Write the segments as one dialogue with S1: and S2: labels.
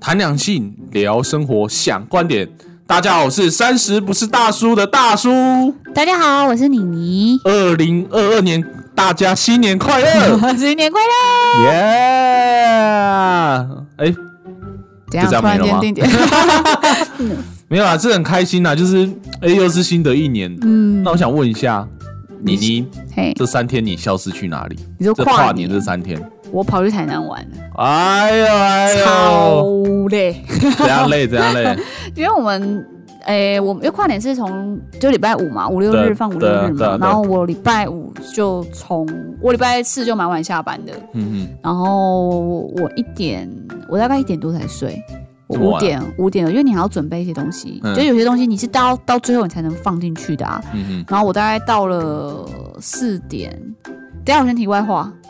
S1: 谈两性，聊生活，想观点。大家好，我是三十不是大叔的大叔。
S2: 大家好，我是 妮妮，
S1: 二零二二年，大家新年快乐！
S2: 新年快乐！
S1: 耶！哎，
S2: 怎
S1: 就这样没
S2: 突然
S1: 了吗
S2: 间定点，
S1: 没有啦，这很开心啦，就是哎，又是新的一年。
S2: 嗯
S1: 那，我想问一下，妮妮，
S2: 嘿，
S1: 这三天你消失去哪里？
S2: 你说
S1: 这
S2: 跨
S1: 跨年这三天，
S2: 我跑去台南玩了，
S1: 哎呦哎
S2: 超
S1: 呦，
S2: 累，
S1: 怎样累怎样累？
S2: 因为我们。诶、我们因为跨年是从就礼拜五嘛，五六
S1: 对
S2: 日放五六日
S1: 对啊
S2: 嘛
S1: 对，
S2: 然后我礼拜五就从我礼拜四就蛮晚下班的，
S1: 嗯
S2: 然后我一点，我大概一点多才睡，我
S1: 这么晚啊
S2: 五点五点了，因为你还要准备一些东西，
S1: 嗯
S2: 就有些东西你是到到最后你才能放进去的啊。
S1: 嗯嗯
S2: 然后我大概到了四点，等一下我先题外话。
S1: 嗯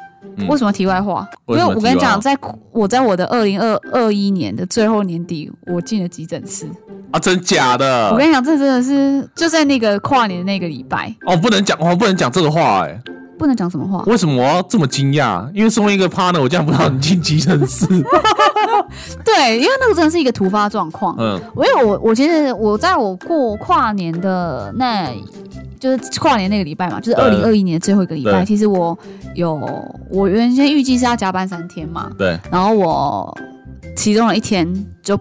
S2: 为什么题外话？
S1: 为
S2: 因
S1: 什
S2: 为
S1: 么
S2: 我跟你讲，
S1: 题
S2: 在我在我的二零二二一年的最后年底，我进了急诊室。
S1: 嗯，啊，真假的？
S2: 我跟你讲，这真的是就在那个跨年那个礼拜，
S1: 哦，不能讲，哦，不能讲这个话、哎，
S2: 不能讲什么话。
S1: 为什么我要这么惊讶？因为身为一个 partner，我竟然不知道你进急诊室。
S2: 对，因为那个真的是一个突发状 况。
S1: 嗯，
S2: 因为我我其实我在我过跨年的那，就是跨年那个礼拜嘛，就是
S1: 对
S2: 二零二一年的最后一个礼拜，
S1: 嗯对
S2: 其实我有我原先预计是要加班三天嘛，
S1: 对，
S2: 然后我其中的一天就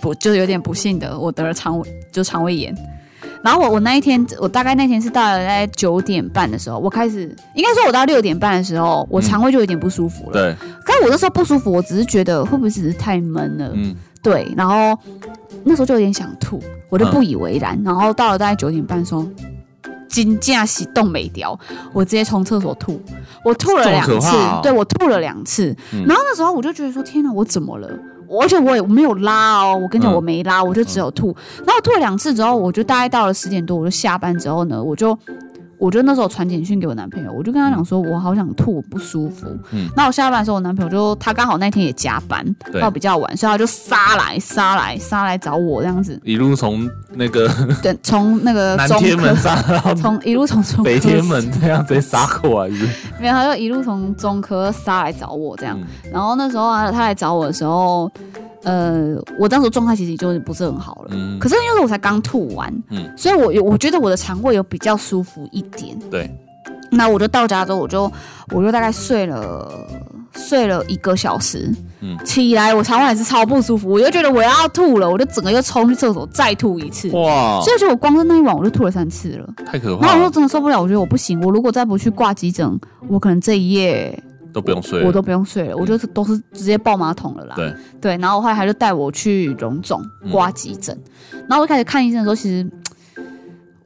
S2: 不就有点不幸的，我得了肠胃就肠胃炎。然后我我那一天，我大概那天是到了在九点半的时候，我开始应该说我到六点半的时候，我
S1: 嗯
S2: 肠胃就有点不舒服了。
S1: 对，
S2: 但我那时候不舒服，我只是觉得会不会只是太闷了，
S1: 嗯，
S2: 对，然后那时候就有点想吐，我就不以为然。然后到了大概九点半的时候，金架喜动没掉，我直接从厕所吐，我吐了
S1: 这么
S2: 两
S1: 可
S2: 次，
S1: 怕哦
S2: 对我吐了两次。
S1: 嗯
S2: 然后那时候我就觉得说，天哪，我怎么了？我而且我也没有拉哦，我跟你讲
S1: 嗯
S2: 我没拉，我就只有吐。然后吐了两次之后，我就大概到了十点多，我就下班之后呢，我就我就那时候传简讯给我男朋友，我就跟他讲说，我好想吐，我不舒服。
S1: 嗯
S2: 那我下班的时候，我男朋友就他刚好那天也加班，
S1: 对
S2: 到比较晚，所以他就杀来杀来杀来找我这样子，
S1: 一路从那个
S2: 等从那个
S1: 南
S2: 中
S1: 天
S2: 科
S1: 门杀到
S2: 从一路从 中
S1: 北
S2: 科
S1: 天门，这样直接杀过来是 不是，
S2: 没有，他就一路从中科杀来找我这样。
S1: 嗯
S2: 然后那时候啊，他来找我的时候，呃，我当时状态其实就是不是很好了。
S1: 嗯
S2: 可是因为我才刚吐完，
S1: 嗯
S2: 所以我有我觉得我的肠胃有比较舒服一点。
S1: 对，
S2: 那我就到家之后，我就我就大概睡了睡了一个小时，
S1: 嗯
S2: 起来我肠胃还是超不舒服，我就觉得我要吐了，我就整个又冲去厕所再吐一次。
S1: 哇，
S2: 所以就我光是那一晚我就吐了三次了，
S1: 太可
S2: 然
S1: 怕
S2: 后我就
S1: 了，
S2: 真的受不了，我觉得我不行，我如果再不去挂急诊，我可能这一夜
S1: 都不用睡
S2: 我
S1: 了。嗯
S2: 都不用睡了，我就是都是直接抱马桶了啦。
S1: 对
S2: 然后后来他就带我去荣总
S1: 嗯
S2: 挂急诊，然后我一开始看医生的时候，其实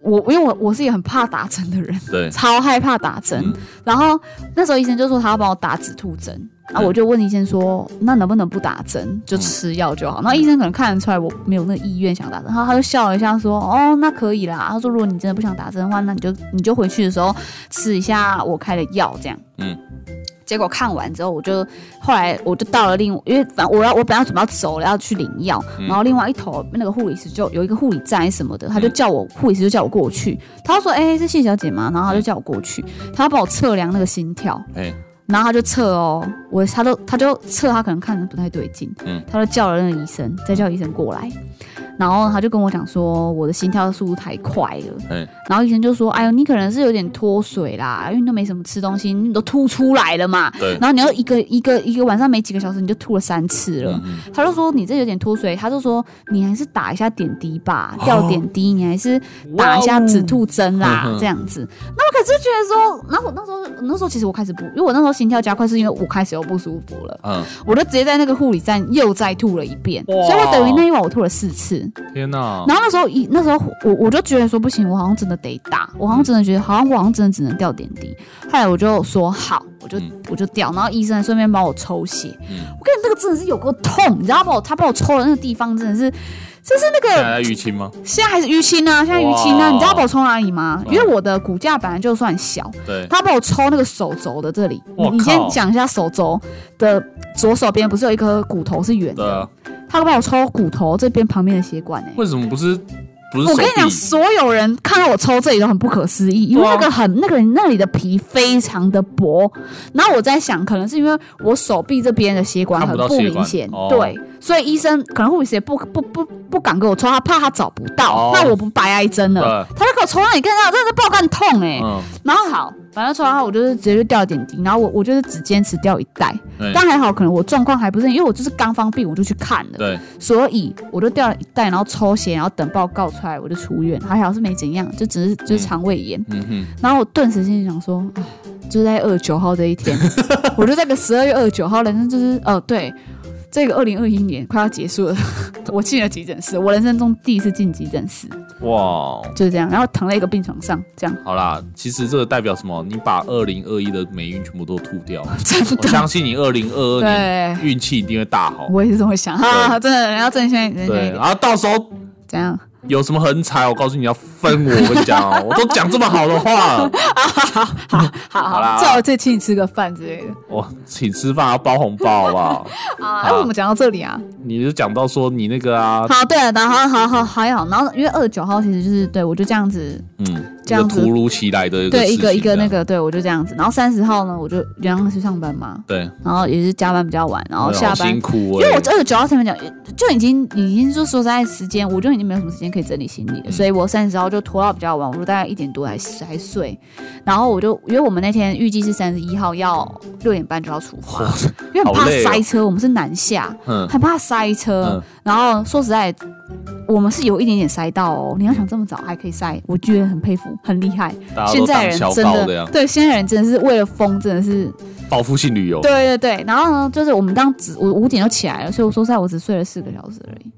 S2: 我因为我我是一个很怕打针的人，
S1: 对，
S2: 超害怕打针。
S1: 嗯
S2: 然后那时候医生就说他要帮我打止吐针，然
S1: 嗯
S2: 后我就问医生说，那能不能不打针，就吃药就好？然后医生可能看得出来我没有那个意愿想打针，然后他就笑了一下说，哦，那可以啦。他说如果你真的不想打针的话，那你就你就回去的时候吃一下我开的药这样。
S1: 嗯。
S2: 结果看完之后，我就后来我就到了另，因为反正我要我本来准备要走了，要去领药，
S1: 嗯
S2: 然后另外一头那个护理师就有一个护理站什么的，他就
S1: 嗯
S2: 叫我护理师就叫我过去，他就说：“哎、是谢小姐吗？”然后他就
S1: 嗯
S2: 叫我过去，他要帮我测量那个心跳，
S1: 哎，
S2: 然后他就测哦，我他都他就测，他可能看着不太对劲，
S1: 嗯
S2: 他就叫了那个医生，再叫医生过来，然后他就跟我讲说我的心跳速度太快了，
S1: 哎，
S2: 然后医生就说：“哎呦，你可能是有点脱水啦，因为你都没什么吃东西，你都吐出来了嘛，
S1: 对，
S2: 然后你要一个一个一个晚上没几个小时你就吐了三次了。
S1: 嗯嗯
S2: 他就说你这有点脱水，他就说你还是打一下点滴吧，吊点滴，你还是打一下止吐针
S1: 哇
S2: 啦
S1: 哦，
S2: 这样子。那我可是觉得说，然后我那时候那时候其实我开始不，因为我那时候心跳加快，是因为我开始又不舒服了，
S1: 嗯，
S2: 我就直接在那个护理站又再吐了一遍，
S1: 哇哦
S2: 所以我等于那一晚我吐了四次。
S1: 天哪，
S2: 然后那时候一那时候我我就觉得说不行，我好像真的得打，我好像真的觉得好像我好像真的只能吊点滴。后来我就说好，我就、
S1: 嗯
S2: 我就吊，然后医生顺便帮我抽血。
S1: 嗯
S2: 我跟你讲，那个真的是有个痛，你知道吗？他帮我抽的那个地方真的是，就是那
S1: 现
S2: 个
S1: 在在淤青吗？
S2: 现在还是淤青啊，现在淤青啊，
S1: 哇
S2: 你知道他帮我抽哪里吗？
S1: 嗯
S2: 因为我的骨架本来就算小，
S1: 对，
S2: 他帮我抽那个手肘的这里。
S1: 哇
S2: 你你先
S1: 靠
S2: 讲一下手肘的左手边不是有一颗骨头是圆
S1: 对
S2: 的？
S1: 啊，
S2: 他帮我抽骨头这边旁边的血管哎、
S1: 为什么不是不是
S2: 我
S1: 手
S2: 跟你讲，
S1: 臂，
S2: 所有人看到我抽这里都很不可思议，因为
S1: 对啊
S2: 那个很那个人那里的皮非常的薄。然后我在想，可能是因为我手臂这边的血管
S1: 看
S2: 很
S1: 不到血管
S2: 明显，
S1: 哦
S2: 对，所以医生可能护士也不不不不敢给我抽，他怕他找不到，
S1: 哦
S2: 那我不白挨针了。
S1: 对，啊
S2: 他就给我抽到你跟他真的是爆干痛哎、
S1: 嗯，
S2: 然后好，反正抽完后我就是直接就掉点滴，然后我我就是只坚持掉一袋，
S1: 对
S2: 但还好可能我状况还不是，因为我就是刚方病我就去看了，
S1: 对，
S2: 所以我就掉了一袋，然后抽血，然后等报告出来，我就出院，还好是没怎样，就只是就是肠胃炎。
S1: 嗯哼，
S2: 然后我顿时心里想说，唉就是在二十九号这一 天，我就在个十二月二十九号，人生就是哦、呃对，这个二零二一年快要结束了， 我进了急诊室，我人生中第一次进急诊室，
S1: 哇，哦
S2: 就是这样，然后躺在一个病床上，这样
S1: 好啦，其实这个代表什么？你把二零二一的霉运全部都吐掉，
S2: 真
S1: 我
S2: 的
S1: 相信你二零二二年
S2: 对。
S1: 运气一定会大好。
S2: 我也是这么想，哈、 哈，真的，人家正现在，人家
S1: 对，
S2: 一点
S1: 然后到时候
S2: 怎样？
S1: 有什么横财，我告诉你要分我。我跟你讲哦，我都讲这么好的话了，
S2: 好
S1: 好啦
S2: 最好再请你吃个饭之类的。
S1: 我请吃饭要包红包，好不好？
S2: 好啦，哎，我们讲到这里啊。
S1: 你就讲到说你那个啊，
S2: 好，对了，然后好好还好，然后因为二十九号其实就是对我就这样子，
S1: 嗯，
S2: 这样
S1: 一
S2: 子
S1: 个突如其来的一个
S2: 对一个
S1: 事
S2: 一
S1: 情这啊
S2: 个
S1: 样
S2: 那个，对我就这样子。然后三十号呢，我就原样去上班嘛，
S1: 对，
S2: 然后也是加班比较晚，然后
S1: 哎
S2: 下
S1: 好
S2: 班
S1: 辛，苦
S2: 因
S1: 哎，
S2: 为我二十九号前面讲，就已经已经就说实在时间，我就已经没有什么时间可以整理行李了，
S1: 嗯
S2: 所以我三十号就拖到比较晚，我就大概一点多还还睡，然后我就因为我们那天预计是三十一号要六点半就要出发，因为很
S1: 好
S2: 怕
S1: 累哦
S2: 塞车，我们是南下，
S1: 嗯
S2: 很怕塞车。
S1: 嗯
S2: 然后说实在，我们是有一点点塞到哦。你要想这么早还可以塞，我觉得很佩服，很厉害。
S1: 大家
S2: 现
S1: 都
S2: 在
S1: 当
S2: 人
S1: 小
S2: 真
S1: 高这
S2: 的
S1: 样，
S2: 对，现在人真的是为了风，真的是
S1: 报复性旅游，
S2: 对对对。然后呢，就是我们当只我五点就起来了，所以我说实在我只睡了四个小时而已，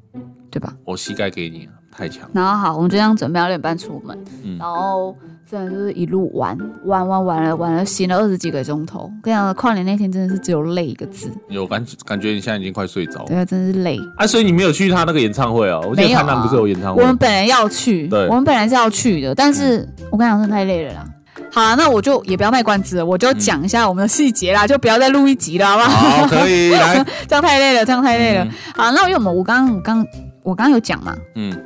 S2: 对吧？
S1: 我膝盖给你太强，
S2: 然后好，我们就这样准备要六点半出门，
S1: 嗯
S2: 然后真的就是一路玩玩玩玩了玩了，行了二十几个钟头。跟你讲，跨年那天真的是只有累一个字，
S1: 有感感觉你现在已经快睡着了。
S2: 对，真的是累。
S1: 啊，所以你没有去他那个演唱会哦？我记得
S2: 没有啊
S1: 台南不是有演唱会
S2: 我？们本来要去，
S1: 对
S2: 我们本来是要去的，但是我跟你讲，真的太累了啦。好啦，那我就也不要卖关子了，我就讲一下我们的细节啦，就不要再录一集了，好不
S1: 好，
S2: 好？
S1: 可以 来，
S2: 这样太累了，这样太累了。
S1: 嗯
S2: 好，那因为我们我刚刚我刚我刚刚有讲嘛，
S1: 嗯，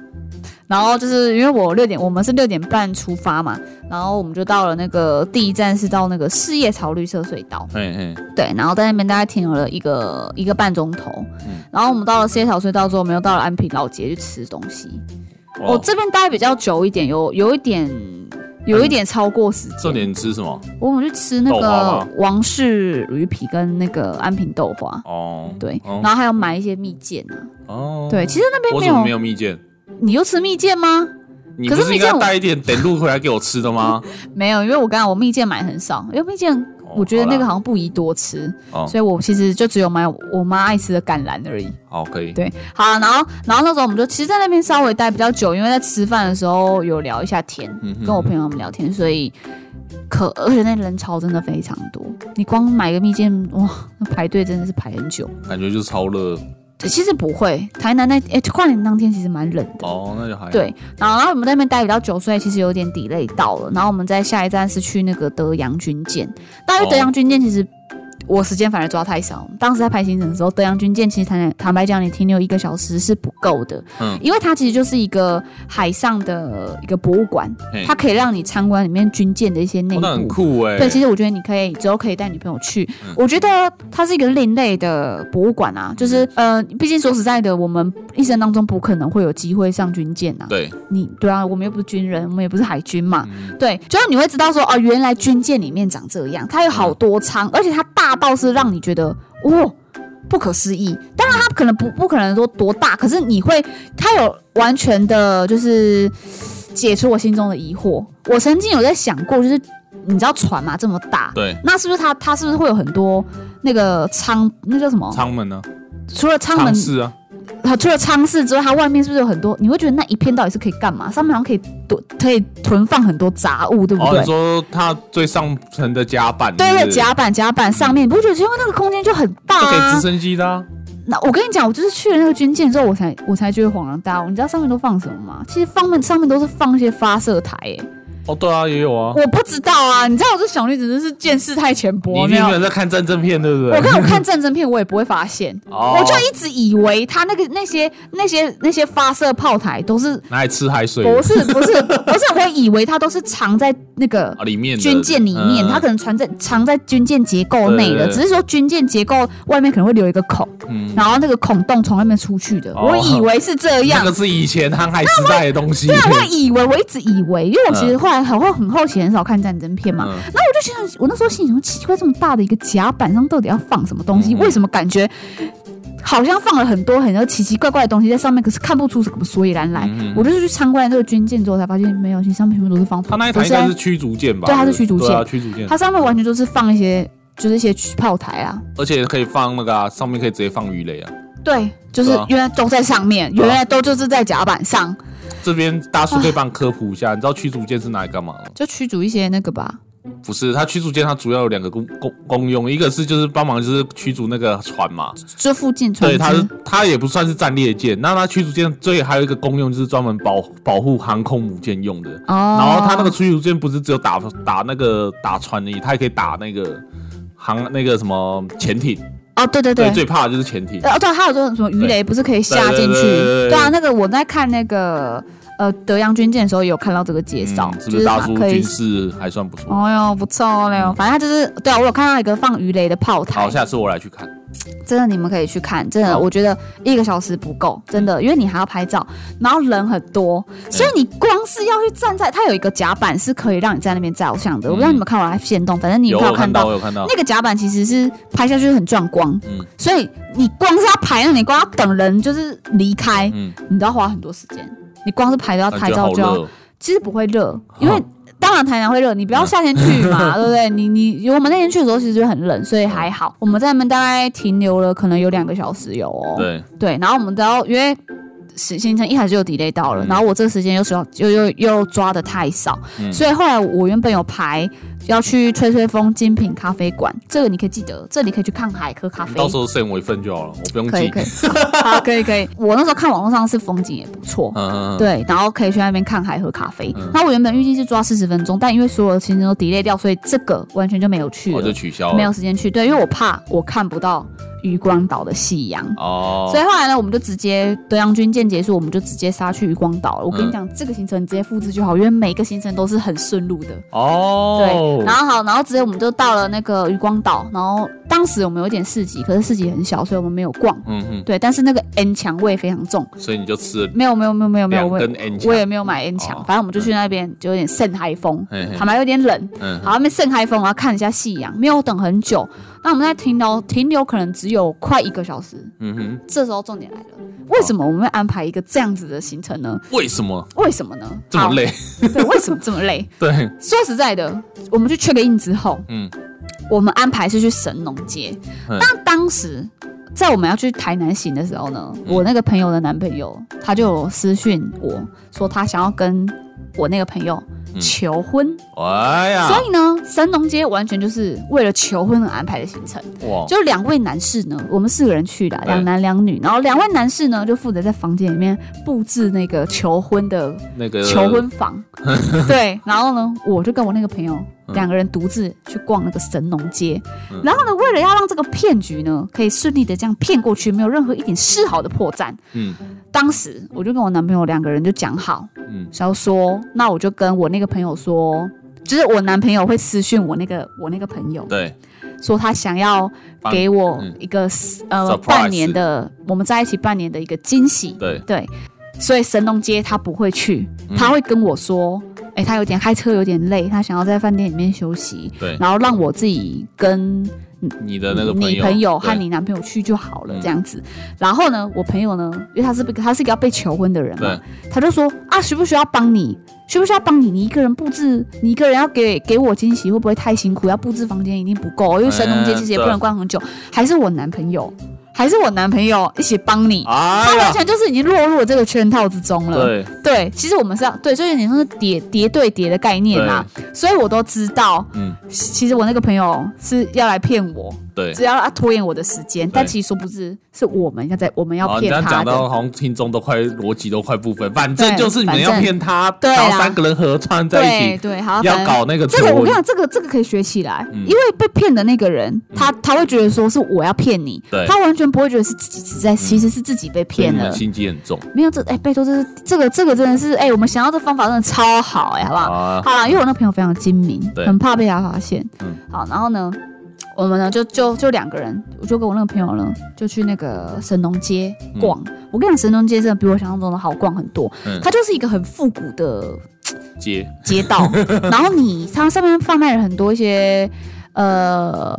S2: 然后就是因为我六点我们是六点半出发嘛，然后我们就到了那个第一站是到那个四叶草绿色隧道，
S1: 嘿嘿，
S2: 对，然后在那边大概停留了一个一个半钟头，
S1: 嗯
S2: 然后我们到了四叶草隧道之后，我们又到了安平老街去吃东西，我、
S1: 哦，
S2: 这边待比较久一点，有有一点。有一点超过时
S1: 重
S2: 间，
S1: 点吃什么？
S2: 我们去吃那
S1: 豆花
S2: 个
S1: 吗
S2: 王氏驴皮跟那个安平豆花，
S1: 哦，
S2: 对，
S1: 哦
S2: 然后还有买一些蜜饯啊，
S1: 哦，
S2: 对，其实那
S1: 我
S2: 边
S1: 怎么
S2: 没
S1: 没
S2: 有，
S1: 有蜜饯？
S2: 你又吃蜜饯吗？
S1: 你
S2: 可
S1: 不
S2: 是
S1: 是应
S2: 蜜饯
S1: 该
S2: 我
S1: 带一点等路回来给我吃的 吗？
S2: 没有，因为我刚刚我蜜饯买很少，因为蜜饯
S1: 哦
S2: 我觉得那个
S1: 好
S2: 好像不宜多吃，
S1: 哦
S2: 所以我其实就只有买我妈爱吃的橄榄而已。
S1: 啦，好，可以，
S2: 对，好，然后然后那时候我们就其实，在那边稍微待比较久，因为在吃饭的时候有聊一下天，
S1: 嗯哼
S2: 跟我朋友他们聊天，所以可而且那人潮真的非常多，你光买个蜜饯哇，那排队真的是排很久。
S1: 感觉就是超热
S2: 对其实不会，台南那哎、跨年当天其实蛮冷的。
S1: 哦，那就还好，
S2: 对，然后然后我们在那边待比较久，所以其实有点 delay 到了。然后我们在下一站是去那个德阳军舰，但是德阳军舰其实我时间反而抓太少。当时在排行程的时候，德阳军舰其实坦坦白讲，你停留一个小时是不够的，
S1: 嗯
S2: 因为它其实就是一个海上的一个博物馆，
S1: 嘿，
S2: 它可以让你参观里面军舰的一些内
S1: 哦
S2: 部。
S1: 那很酷哎，
S2: 对，其实我觉得你可以之后可以带女朋友去。
S1: 嗯
S2: 我觉得它是一个另类的博物馆啊，就是呃，毕竟说实在的，我们一生当中不可能会有机会上军舰啊。
S1: 对，
S2: 你对啊，我们又不是军人，我们也不是海军嘛。
S1: 嗯
S2: 对，就是你会知道说，哦，原来军舰里面长这样，它有好多舱，
S1: 嗯
S2: 而且它大到是让你觉得，哦，不可思议。当然，它可能不不可能说多大，可是你会，它有完全的，就是解除我心中的疑惑。我曾经有在想过，就是你知道船嘛，这么大，
S1: 对，
S2: 那是不是它它是不是会有很多那个舱，那叫什么？
S1: 舱门呢？
S2: 除了舱
S1: 舱
S2: 哦门，
S1: 室啊，
S2: 它除了舱室之外，它外面是不是有很多？你会觉得那一片到底是可以干嘛？上面好像可以囤，可以囤放很多杂物，对不
S1: 哦，
S2: 对？
S1: 你说它最上层的甲板，
S2: 对
S1: 是
S2: 对，
S1: 不是
S2: 甲板甲板上面，你不觉得因为那个空间就很大
S1: 就可以直
S2: 啊？
S1: 升机的啊，
S2: 那我跟你讲，我就是去了那个军舰之后，我才我才觉得恍然大悟。你知道上面都放什么吗？其实放面上面都是放一些发射台、欸，
S1: 哦，对啊，也有啊。
S2: 我不知道啊，你知道我这小女子真是见识太浅
S1: 你
S2: 薄，
S1: 一定
S2: 没有
S1: 没。有在看战争片，对不对？
S2: 我看我看战争片，我也不会发现，
S1: 哦
S2: 我就一直以为他那个那些那些那些发射炮台都是
S1: 拿来吃海水
S2: 不是不是不是，我以为它都是藏在那个
S1: 啊，里面 的
S2: 军舰里面，
S1: 嗯
S2: 它可能藏在藏在军舰结构内的，
S1: 对对对
S2: 只是说军舰结构外面可能会留一个孔，
S1: 嗯
S2: 然后那个孔洞从外面出去的，
S1: 哦
S2: 我以为是这 样
S1: 那个。是以前航海时代的东西。嗯
S2: 对啊，我以为，我一直以为，因为我其实后来很后很好奇，很少看战争片嘛。
S1: 嗯
S2: 然后我就想，我那时候心里想，奇怪，这么大的一个甲板上到底要放什么东西？
S1: 嗯嗯
S2: 为什么感觉好像放了很多很多奇奇怪怪的东西在上面，可是看不出什么所以然来？
S1: 嗯嗯
S2: 我就是去参观了这个军舰之后，才发现没有，其实上面全部都是放，
S1: 他那一
S2: 都
S1: 台
S2: 是
S1: 应
S2: 在
S1: 该是驱逐舰吧？
S2: 对它是
S1: 不
S2: 驱逐舰
S1: 对啊，驱逐舰
S2: 它，上面完全都是放一些，就是一些炮台啊。
S1: 而且可以放那个啊，上面可以直接放鱼雷啊。
S2: 对，就是
S1: 对啊
S2: 原来都在上面，
S1: 对啊
S2: 原来都就是在甲板上，
S1: 这边大叔可以帮你科普一下，你知道驱逐舰是拿来干嘛吗？
S2: 就驱逐一些那个吧。
S1: 不是，它驱逐舰它主要有两个功功功用，一个是就是帮忙就是驱逐那个船嘛，
S2: 这附近船
S1: 对，
S2: 只，
S1: 它是它也不算是战列舰，那它驱逐舰最还有一个功用就是专门保保护航空母舰用的。
S2: 哦，
S1: 然后它那个驱逐舰不是只有打打那个打船而已，它也可以打那个航那个什么潜艇，
S2: 哦，对对
S1: 对，
S2: 对，
S1: 最怕的就是潜艇。
S2: 对哦对，还有这种什么鱼雷不是可以下进
S1: 对对对对对
S2: 去？
S1: 对
S2: 对啊，那个我在看那个呃德阳军舰的时候也有看到这个介绍，
S1: 嗯是不
S2: 就是是
S1: 大
S2: 它
S1: 叔
S2: 可以
S1: 军。事还算不错？
S2: 哎呦，不错嘞！反正它就是对啊，我有看到一个放鱼雷的炮台
S1: 好，，下次我来去看。
S2: 真的你们可以去看，真的
S1: 好
S2: 我觉得一个小时不够，真的，因为你还要拍照，然后人很多，
S1: 嗯
S2: 所以你光是要去站在它有一个甲板是可以让你在那边照相的。我不知道你们看我来现动，反正你
S1: 嗯有
S2: 们
S1: 我有
S2: 看
S1: 看到，我有看到。
S2: 那个甲板其实是拍下去很壮观，
S1: 啊嗯
S2: 所以你光是要排，那你光要等人就是离开，
S1: 嗯，
S2: 你都要花很多时间。你光是排都要
S1: 感
S2: 拍
S1: 觉
S2: 照
S1: 好
S2: 就要，
S1: 热哦。
S2: 其实不会热，
S1: 好嗯
S2: 因为当然台南会热，你不要夏天去嘛，对不对？你你我们那天去的时候其实就很冷，所以还好。
S1: 嗯
S2: 我们在那边大概停留了可能有两个小时有哦，
S1: 对，
S2: 对，然后我们都要因为。行行程一开始就有 delay 到了，
S1: 嗯
S2: 然后我这个时间又少又又又抓的太少，
S1: 嗯
S2: 所以后来我原本有排要去吹吹风精品咖啡馆，这个你可以记得，这里可以去看海喝咖啡，
S1: 到时候剩我一份就好了，我不用
S2: 可以
S1: 记
S2: 可。以，好可以可以。我那时候看网络上是风景也不错，
S1: 嗯嗯，嗯，
S2: 对，然后可以去那边看海喝咖啡
S1: 嗯。
S2: 那、我原本预计是抓四十分钟，但因为所有的行程都 delay 掉，所以这个完全就没有去
S1: 我哦
S2: 了，
S1: 就取消了。
S2: 没有时间去。对，因为我怕我看不到渔光岛的夕阳。
S1: 哦，
S2: 所以后来呢，我们就直接德阳军舰结束，我们就直接杀去渔光岛了。我跟
S1: 嗯
S2: 你讲，这个行程你直接复制就好，因为每一个行程都是很顺路的。
S1: 哦，
S2: 对，然后好，然后直接我们就到了那个渔光岛，然后当时我们有一点市集，可是市集很小，所以我们没有逛。
S1: 嗯
S2: 对，但是那个 N 强味非常重，
S1: 嗯，所以你就吃了
S2: 没有没有没有没有没有，
S1: 两
S2: 我
S1: 根 N
S2: 我
S1: 强，
S2: 也没有买 N 强，
S1: 哦
S2: 反正我们就去那边就有点盛嗨风，
S1: 嘿嘿
S2: 坦白有点冷，
S1: 嗯，
S2: 好，那边盛嗨风，然后看一下夕阳，没有等很久，那我们在停留停留可能只有快一个小时，
S1: 嗯哼，
S2: 这时候重点来了，为什么我们会安排一个这样子的行程呢？
S1: 为什么
S2: 为什么呢？
S1: 这么累？
S2: 好？对，为什么这么累？
S1: 对，
S2: 说实在的，我们去 check in 之后，
S1: 嗯，
S2: 我们安排是去神农街。
S1: 嗯
S2: 那当时在我们要去台南行的时候呢，
S1: 嗯
S2: 我那个朋友的男朋友他就有私讯我说他想要跟我那个朋友
S1: 嗯
S2: 求婚，
S1: 哎呀，
S2: 所以呢，神农街完全就是为了求婚而安排的行程。
S1: 哇，
S2: 就两位男士呢，我们四个人去的，
S1: 对
S2: 两男两女，然后两位男士呢就负责在房间里面布置那个求婚的
S1: 那个
S2: 求婚 房，对，然后呢，我就跟我那个朋友
S1: 嗯
S2: 两个人独自去逛那个神农街
S1: 嗯，
S2: 然后呢，为了要让这个骗局呢可以顺利的这样骗过去，没有任何一点丝毫的破绽，
S1: 嗯
S2: 当时我就跟我男朋友两个人就讲好，
S1: 嗯
S2: 想要说，那我就跟我那个朋友说。就是我男朋友会私讯我那个我那个朋友，
S1: 对，
S2: 说他想要
S1: 帮
S2: 给我
S1: 嗯
S2: 一个、呃
S1: Surprise
S2: 半年的我们在一起半年的一个惊喜。
S1: 对，
S2: 对，所以神农街他不会去，
S1: 嗯
S2: 他会跟我说，哎、他有点开车有点累，他想要在饭店里面休息，
S1: 对
S2: 然后让我自己跟
S1: 你嗯的那个
S2: 你
S1: 朋
S2: 朋友和
S1: 对
S2: 你男朋友去就好了
S1: 嗯，
S2: 这样子。然后呢，我朋友呢，因为他是被他是一个要被求婚的人嘛
S1: 对，
S2: 他就说啊，需不需要帮你？需不需要帮你？你一个人布置，你一个人要给给我惊喜，会不会太辛苦？要布置房间一定不够，因为神农街其实也不能逛很久。还是我男朋友，还是我男朋友一起帮你。他
S1: 哎
S2: 完
S1: 呀，
S2: 全就是已经落入了这个圈套之中了。
S1: 对，
S2: 对，其实我们是要对，所以有点像是叠叠对叠的概念啦。所以我都知道，
S1: 嗯
S2: 其实我那个朋友是要来骗我，
S1: 对
S2: 只。要他拖延我的时间。但其实殊不知是我们要在我们要
S1: 好，哦你
S2: 骗
S1: 这样
S2: 他
S1: 讲
S2: 的。
S1: 到好像听众都快逻辑都快不分，反正
S2: 对
S1: 就是你们
S2: 反
S1: 要
S2: 正
S1: 骗他，
S2: 对
S1: 然后
S2: 啦
S1: 三个人合唱在一
S2: 对
S1: 起，
S2: 对，好，
S1: 要
S2: 反正
S1: 搞那个
S2: 这个我
S1: 球
S2: 跟你讲，这个这个可以学起来，
S1: 嗯
S2: 因为被骗的那个人，他他会觉得说是我要骗你
S1: 对，嗯
S2: 他完全不会觉得是自己只在，其实是自己被骗
S1: 你
S2: 了
S1: 们。心机很重
S2: 没有这哎，拜托，这是这个这个真的是哎，我们想到这方法真的超好哎，好不好？
S1: 啊，
S2: 好啦，因为我那朋友非常精明，
S1: 对
S2: 很怕被他发现。
S1: 嗯
S2: 好，然后呢，我们呢就就就两个人，我就跟我那个朋友呢，就去那个神农街逛。我跟你讲，神农街真的比我想象中的好逛很多，
S1: 嗯
S2: 它就是一个很复古的
S1: 接
S2: 街 道，然后你它上面贩卖了很多一些呃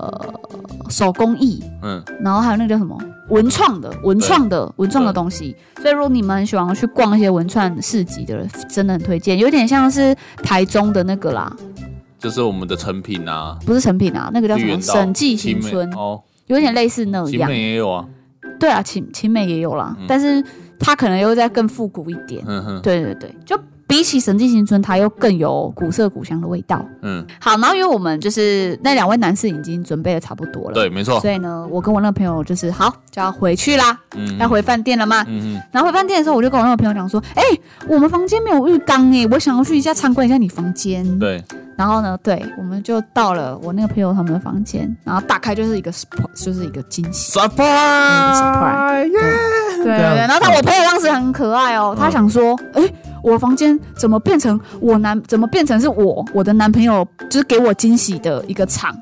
S2: 手工艺，
S1: 嗯
S2: 然后还有那个叫什么文创的、文创的、文创的东西。所以如果你们很喜欢去逛一些文创市集的人，真的很推荐。有点像是台中的那个啦，
S1: 就是我们的成品啊，
S2: 不是成品啊，那个叫什
S1: 绿
S2: 么
S1: 园道
S2: 审计
S1: 青
S2: 新
S1: 梅
S2: 村，
S1: 哦，
S2: 有点类似那
S1: 青
S2: 样。
S1: 梅也有啊，
S2: 对啊，秦秦美也有啦，
S1: 嗯
S2: 但是它可能又再更复古一点。
S1: 嗯哼
S2: 对对对，就比起审计新村，它又更有古色古香的味道。
S1: 嗯，
S2: 好，然后因为我们就是那两位男士已经准备的差不多了，
S1: 对，没错，
S2: 所以呢，我跟我那个朋友就是好就要回去啦，
S1: 嗯，
S2: 要回饭店了嘛。
S1: 嗯嗯
S2: 然后回饭店的时候，我就跟我那个朋友讲说，哎、我们房间没有浴缸哎、我想要去一下参观一下你房间。
S1: 哼，对，
S2: 然后呢，对，我们就到了我那个朋友他们的房间，然后打开就是一个 surprise，就是一个惊喜。
S1: surprise，
S2: surprise，对对对，
S1: 样
S2: 然后但我朋友当时很可爱
S1: 嗯
S2: 哦，他想说，哎、我房间怎么变成我男，怎么变成是我我的男朋友，就是给我惊喜的一个场。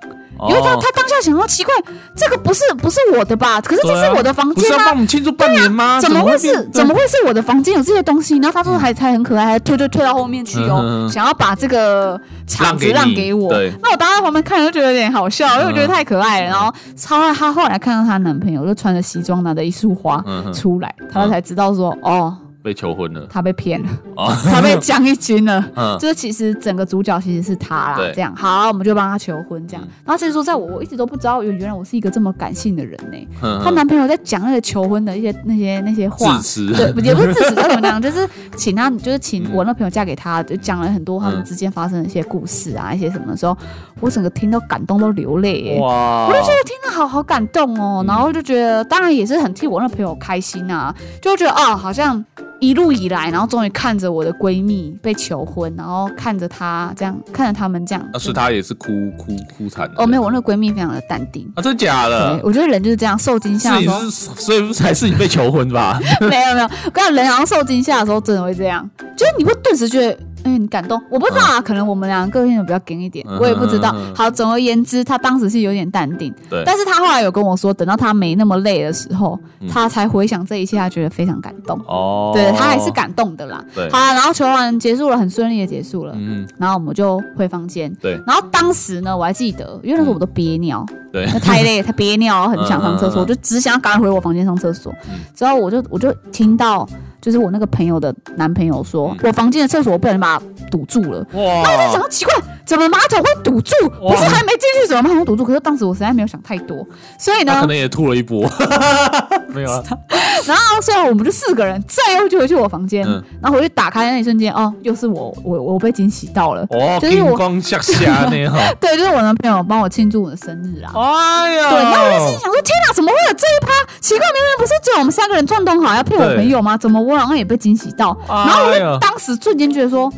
S2: 因为他
S1: 哦
S2: 他当下想要奇怪，这个不是不是我的吧？可是这
S1: 对啊
S2: 是我的房
S1: 不是要
S2: 间
S1: 帮
S2: 啊
S1: 我。们庆祝半年吗？
S2: 怎么会是
S1: 变
S2: 怎么会是我的房间有这些东西？然后他说还还很可爱，还推推推到后面去哦，
S1: 嗯嗯嗯
S2: 想要把这个场子
S1: 让
S2: 让
S1: 给你
S2: 给我。
S1: 对嗯
S2: 那我当时在旁边看，就觉得有点好笑，因为我觉得太可爱了。然后她她后来看到她男朋友就穿着西装，拿着一束花
S1: 嗯哼
S2: 出来，她
S1: 嗯
S2: 才知道说哦，
S1: 被求婚了？
S2: 她被骗了，
S1: 哦
S2: 她被将一军了。
S1: 嗯
S2: 就是其实整个主角其实是他啦
S1: 对，
S2: 这样好，我们就帮他求婚这样
S1: 嗯。
S2: 然后其实说在我我一直都不知道，原原来我是一个这么感性的人呢、
S1: 嗯，
S2: 她男朋友在讲那个求婚的一些那些那些话
S1: 自，持，
S2: 对，也不是自始叫什么讲，就是请他，就是请
S1: 嗯
S2: 我那朋友嫁给他，就讲了很多他们
S1: 嗯
S2: 之间发生的一些故事啊，一些什么的时候，我整个听到感动都流泪、耶。
S1: 哇，
S2: 我就觉得听到好好感动哦，
S1: 嗯
S2: 然后就觉得当然也是很替我那朋友开心啊，就觉得啊、好像一路以来，然后终于看着我的闺蜜被求婚，然后看着她这样，看着他们这样，
S1: 啊那是他也是哭哭哭惨了。
S2: 哦，没有，我那个闺蜜非常的淡定。
S1: 啊，真假
S2: 对
S1: 的？，
S2: 我觉得人就是这样，受惊吓
S1: 是
S2: 的
S1: 你
S2: 时候，
S1: 是，所以才是你被求婚 吧？
S2: 没有没有，我跟你讲，人好像受惊吓的时候真的会这样，就是你会顿时觉得，哎、你感动。我不知道啊，可能我们两个个性比较紧一点，
S1: 嗯
S2: 我也不知道
S1: 嗯嗯嗯。
S2: 好，总而言之，他当时是有点淡定，
S1: 对，
S2: 但是他后来有跟我说，等到他没那么累的时候，
S1: 嗯
S2: 他才回想这一切，他觉得非常感动。
S1: 哦，
S2: 对他还是感动的啦。
S1: 对
S2: 好，啊，然后求完结束了，很顺利的结束了，
S1: 嗯，
S2: 然后我们就回房间。
S1: 对
S2: 然后当时呢，我还记得，因为那时候我都憋尿，
S1: 对
S2: 那 太累，他憋 尿，很想上厕所，
S1: 嗯嗯嗯
S2: 我就只想赶快回我房间上厕所
S1: 嗯。
S2: 之后我就我就听到，就是我那个朋友的男朋友说
S1: 嗯，
S2: 我房间的厕所我被人把它堵住了。我就想
S1: 哇，
S2: 到奇怪，怎么马桶会堵住？
S1: 哇
S2: 不是还没进去，怎么马桶堵住？可是当时我实在没有想太多，所以
S1: 他
S2: 呢
S1: 可，能也吐了一 波，没有啊，
S2: 所以我们就四个人再又就回去我房间，
S1: 嗯
S2: 然后我就打开那一瞬间，哦，又是我，我我被惊喜到了。
S1: 哦，
S2: 就是
S1: 金
S2: 我
S1: 光下下 呢哈，
S2: 对，就是我男朋友帮我庆祝我的生日啦。
S1: 哎呀，
S2: 对，然后我就心里想
S1: 哦
S2: 说，天哪，怎么会有这一趴？奇怪，明明不是只有我们三个人串通好要骗我
S1: 对
S2: 朋友吗？怎么我好像也被惊喜到？然后我
S1: 哎
S2: 就
S1: 呀
S2: 当时瞬间觉得说，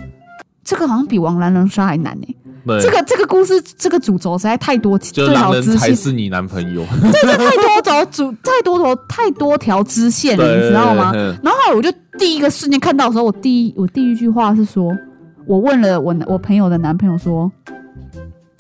S2: 这个好像比王兰人杀还难呢、欸
S1: 对
S2: 这个这个故事这个主轴实在太多，
S1: 就
S2: 最
S1: 狼
S2: 好
S1: 人
S2: 支
S1: 才
S2: 线
S1: 是你男朋 友，
S2: 对，这太多轴主， 太多头，太多条支线了，你知道吗？
S1: 对？对对
S2: 然后我就第一个瞬间看到的时候，我第一我第一句话是说，我问了我我朋友的男朋友说，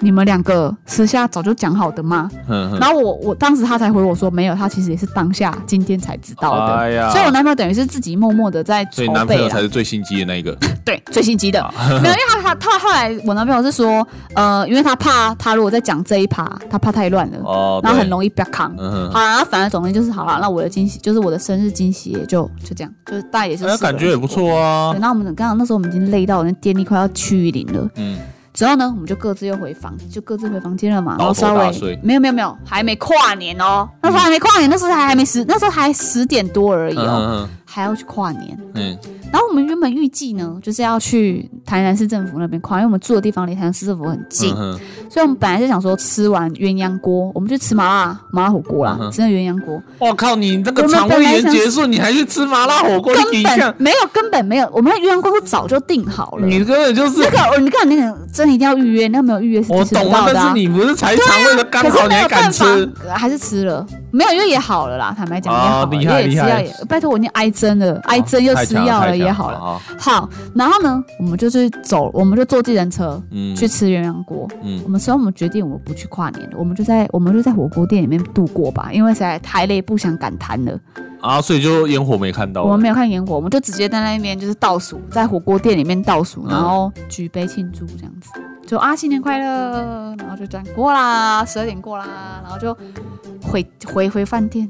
S2: 你们两个私下早就讲好的吗？
S1: 嗯嗯
S2: 然后我我当时他才回我说没有，他其实也是当下今天才知道的。
S1: 哎呀
S2: 所以，我男朋友等于是自己默默的在
S1: 所
S2: 筹
S1: 以男朋
S2: 备
S1: 友
S2: 啦
S1: 才，是啊最心机的那一 个，
S2: 对，最心机的， 没有，因为他他他后来我男朋友是说，呃，因为他怕他如果再讲这一趴，他怕太乱了，
S1: 哦，
S2: 然后
S1: 对
S2: 很，容易被扛，
S1: 嗯哼。
S2: 好啦，那反正总之就是好了，那我的惊喜就是我的生日惊喜也就就这样，就是大概也是、
S1: 哎哎，感觉也不。错啊
S2: 对，。那我们刚好那时候我们已经累到，那电力快要趋于零了，
S1: 嗯，
S2: 之后呢，我们就各自又回房，就各自回房间了嘛。然
S1: 倒
S2: 后
S1: 头
S2: 稍
S1: 大睡
S2: 微没有没有没有，还没跨年哦，那时候还没跨年，那时候还还没十，那时候还十点多而已哦，
S1: 嗯
S2: 还要去跨年。
S1: 嗯嗯
S2: 然后我们原本预计呢，就是要去台南市政府那边跨，因为我们住的地方离台南市政府很近，
S1: 嗯
S2: 所以我们本来是想说吃完鸳鸯锅，我们去吃麻辣麻辣火锅啦，
S1: 嗯哼
S2: 真的鸳鸯锅
S1: 我靠，你那
S2: 我
S1: 个
S2: 们
S1: 肠胃
S2: 本来
S1: 炎
S2: 想
S1: 结束，你还去吃麻辣火锅？你
S2: 根
S1: 顶一下
S2: 本，没有，根本没有，我们的鸳鸯锅都早就定好了。
S1: 你根本就是
S2: 那个，哦你看那个真的一定要预约，那没有预约是
S1: 我
S2: 吃不
S1: 懂
S2: 到
S1: 啊，
S2: 的、
S1: 但
S2: 啊
S1: 是。你不是才肠胃的刚
S2: 可
S1: 好，
S2: 是
S1: 你
S2: 没有
S1: 还敢
S2: 办法
S1: 吃？，
S2: 呃还是吃了，没有，因为也好了啦。坦白讲，也好
S1: 啊
S2: 了，
S1: 厉害
S2: 因为也吃
S1: 厉
S2: 药
S1: 害啊
S2: 也，拜托我已经挨针了，挨针哎又
S1: 太
S2: 吃
S1: 强
S2: 药
S1: 太
S2: 了，也
S1: 强
S2: 好了。
S1: 啊，
S2: 好，然后呢，我们就去走，我们就坐计程车
S1: 嗯，
S2: 去吃鸳鸯锅。
S1: 嗯
S2: 我们所以我们决定我们不去跨年了，我们就在我们就在火锅店里面度过吧，因为实在太累，不想赶摊了。
S1: 啊，所以就烟火没看到
S2: 我们
S1: 了，
S2: 没有看烟火，我们就直接在那边就是倒数，在火锅店里面倒数，
S1: 嗯
S2: 然后举杯庆祝这样子，就啊新年快乐，然后就这样过啦，十二点过啦，然后就回回回饭店。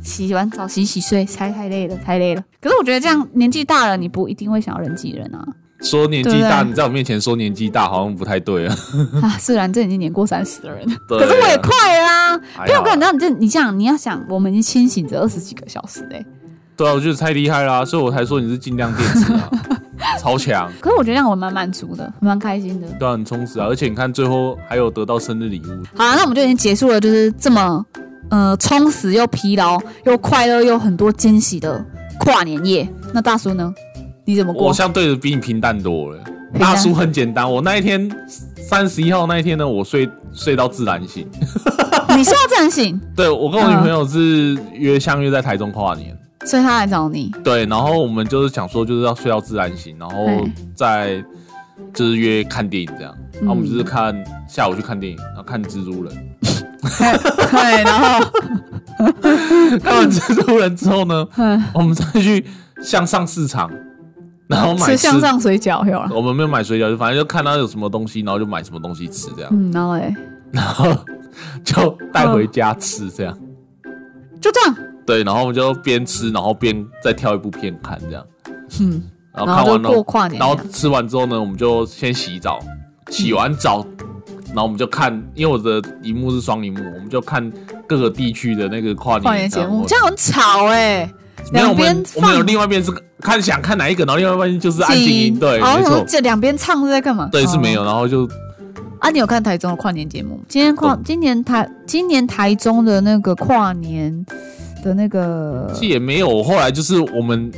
S2: 洗完澡洗洗睡，太太累了，太累了。可是我觉得这样年纪大了，你不一定会想要人挤人 啊。
S1: 说年纪大，
S2: 对不啊对
S1: 你在我面前说年纪大，好像不太对 啊。
S2: 啊，虽然这已经年过三十的人，
S1: 对啊哎
S2: 可是我也快啦、
S1: 还好
S2: 不要跟你讲，你这你这样，你要想，我们已经清醒着二十几个小时嘞、
S1: 对啊，我觉得太厉害啦，所以我才说你是尽量电池 啊，超强。
S2: 可是我觉得让我蛮满足的，蛮开心的。
S1: 对啊，很充实啊，而且你看最后还有得到生日礼物，
S2: 好、啊，那我们就已经结束了，就是这么呃充实又疲劳又快乐又很多惊喜的跨年夜。那大叔呢？你怎么过
S1: 我？相对的比你平淡多了。
S2: 平淡
S1: 大叔很简单，我那一天三十一号那一天呢，我睡睡到自然醒。
S2: 你说到自然醒，
S1: 对我跟我女朋友是约相约在台中跨年，
S2: 所以他来 找你。
S1: 对，然后我们就是想说就是要睡到自然醒，然后
S2: 嗯
S1: 再就是约看电影这样。然后我们
S2: 嗯
S1: 就是看下午去看电影，然后看蜘蛛人。
S2: 对，然后
S1: 看完蜘蛛人之后呢，
S2: 嗯
S1: 我们再去向上市场，然后买吃
S2: 吃向上水饺有了。
S1: 我们没有买水饺，就反正就看到有什么东西，然后就买什么东西吃这样，
S2: 嗯，然后嘞，
S1: 然后就带回家吃这样。
S2: 就这样。
S1: 对，然后我们就边吃，然后边再挑一部片看这样。
S2: 嗯，
S1: 然后
S2: 然
S1: 看
S2: 后
S1: 完
S2: 就过
S1: 了，
S2: 跨年这
S1: 然后
S2: 样。
S1: 吃完之后呢，我们就先洗澡，洗完澡。然后我们就看，因为我的荧幕是双荧幕，我们就看各个地区的那个跨年
S2: 跨年节目
S1: 演唱会
S2: 这样很吵哎、
S1: 没有，我
S2: 两边
S1: 们我们有
S2: 放
S1: 另外一边是看想看哪一个，然后另外一边就是安静音，对，
S2: 好
S1: 没
S2: 像
S1: 错，
S2: 哦这两边唱是在干嘛？
S1: 对是没有，
S2: 哦
S1: 然后就
S2: 啊，你有看台中的跨年节目吗？今天跨，
S1: 哦
S2: 今年台，今年台中的那个跨年的那个
S1: 其实也没有，后来就是我们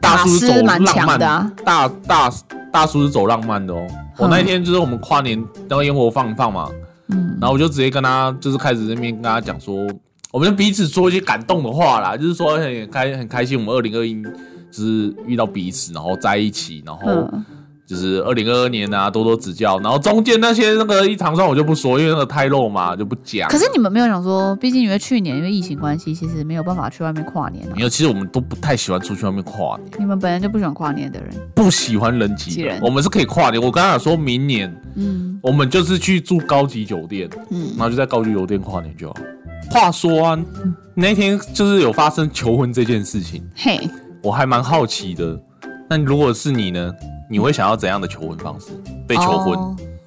S1: 大
S2: 卡
S1: 叔是
S2: 斯
S1: 走
S2: 蛮
S1: 浪
S2: 强
S1: 漫
S2: 的啊，
S1: 大大大叔是走浪漫的哦。我
S2: 嗯
S1: 那一天就是我们跨年，然后烟火放一放嘛，
S2: 嗯，
S1: 然后我就直接跟他就是开始那边跟他讲说，我们就彼此说一些感动的话啦，就是说很开很开心，我们二零二一就是遇到彼此，然后在一起，然后
S2: 嗯，
S1: 就是二零二二年啊，多多指教。然后中间那些那个一长串我就不说，因为那个太肉麻就不讲
S2: 可。是你们没有想说，毕竟因为去年因为疫情关系，其实没有办法去外面跨年、啊
S1: 没。有，其实我们都不太喜欢出去外面跨年，
S2: 你们本来就不喜欢跨年的人，
S1: 不喜欢人挤
S2: 挤
S1: 人
S2: 人。
S1: 我们是可以跨年，我刚刚有说明年
S2: 嗯
S1: 我们就是去住高级酒店，
S2: 嗯
S1: 然，后就在高级酒店跨年就好。话说啊，那天就是有发生求婚这件事情，
S2: 嘿，
S1: 我还蛮好奇的。那如果是你呢？你会想要怎样的求婚方式？被求婚？